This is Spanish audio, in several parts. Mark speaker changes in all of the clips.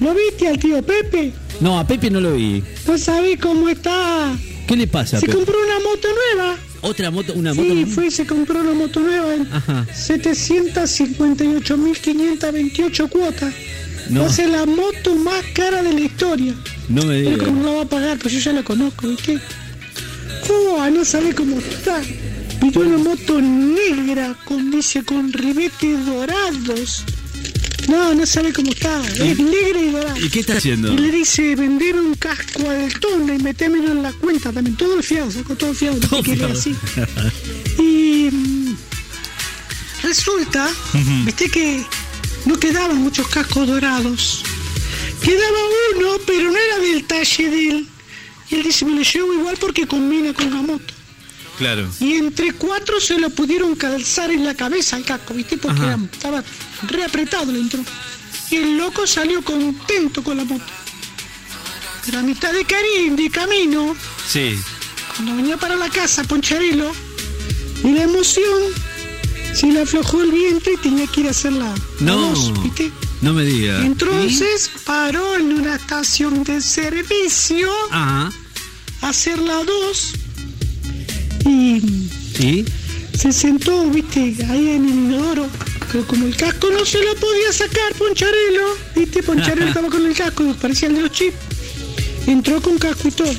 Speaker 1: ¿Lo viste al tío Pepe?
Speaker 2: No, a Pepe no lo vi.
Speaker 1: No sabés cómo está.
Speaker 2: ¿Qué le pasa? a
Speaker 1: Se
Speaker 2: Pepe?
Speaker 1: compró una moto nueva.
Speaker 2: ¿Otra moto? ¿Una moto?
Speaker 1: Sí,
Speaker 2: nueva? Ah.
Speaker 1: fue, se compró una moto nueva en
Speaker 2: Ajá.
Speaker 1: 758.528 cuotas.
Speaker 2: No.
Speaker 1: Va a ser la moto más cara de la historia.
Speaker 2: No me
Speaker 1: Pero
Speaker 2: digas.
Speaker 1: cómo la va a pagar, pues yo ya la conozco, ¿viste? ¡Oh! No sabe cómo está. Pidió una moto negra con, dice, con ribetes dorados. No, no sabe cómo está.
Speaker 2: Ah.
Speaker 1: Es negra y dorada.
Speaker 2: ¿Y qué está haciendo?
Speaker 1: Y le dice vender un casco al tono y metémelo en la cuenta también. Todo el fiado, sacó todo el fiado.
Speaker 2: Todo
Speaker 1: que quería,
Speaker 2: fiado.
Speaker 1: sí. Y mm, resulta, viste que no quedaban muchos cascos dorados. Quedaba uno, pero no era del talle de él. Y él dice, me lo llevo igual porque combina con la moto.
Speaker 2: Claro.
Speaker 1: Y entre cuatro se lo pudieron calzar en la cabeza al casco, ¿viste? Porque
Speaker 2: Ajá.
Speaker 1: era- estaba reapretado dentro. Y el loco salió contento con la moto. Pero a mitad de, cari- de camino,
Speaker 2: Sí.
Speaker 1: cuando venía para la casa, Poncharelo, y la emoción, se le aflojó el vientre y tenía que ir a hacer la, la
Speaker 2: No. Ah,
Speaker 1: voz, ¿viste?
Speaker 2: No me digas.
Speaker 1: Entonces paró en una estación de servicio
Speaker 2: Ajá.
Speaker 1: a hacer la dos y
Speaker 2: ¿Y?
Speaker 1: se sentó, viste, ahí en el inodoro. Pero como el casco no se lo podía sacar, Poncharelo, viste, Poncharelo estaba con el casco, parecía el de los chips. Entró con casco y todo.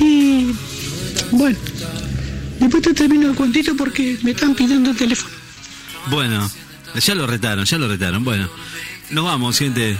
Speaker 1: Y bueno, después te termino el cuentito porque me están pidiendo el teléfono.
Speaker 2: Bueno, ya lo retaron, ya lo retaron. Bueno, nos vamos, gente.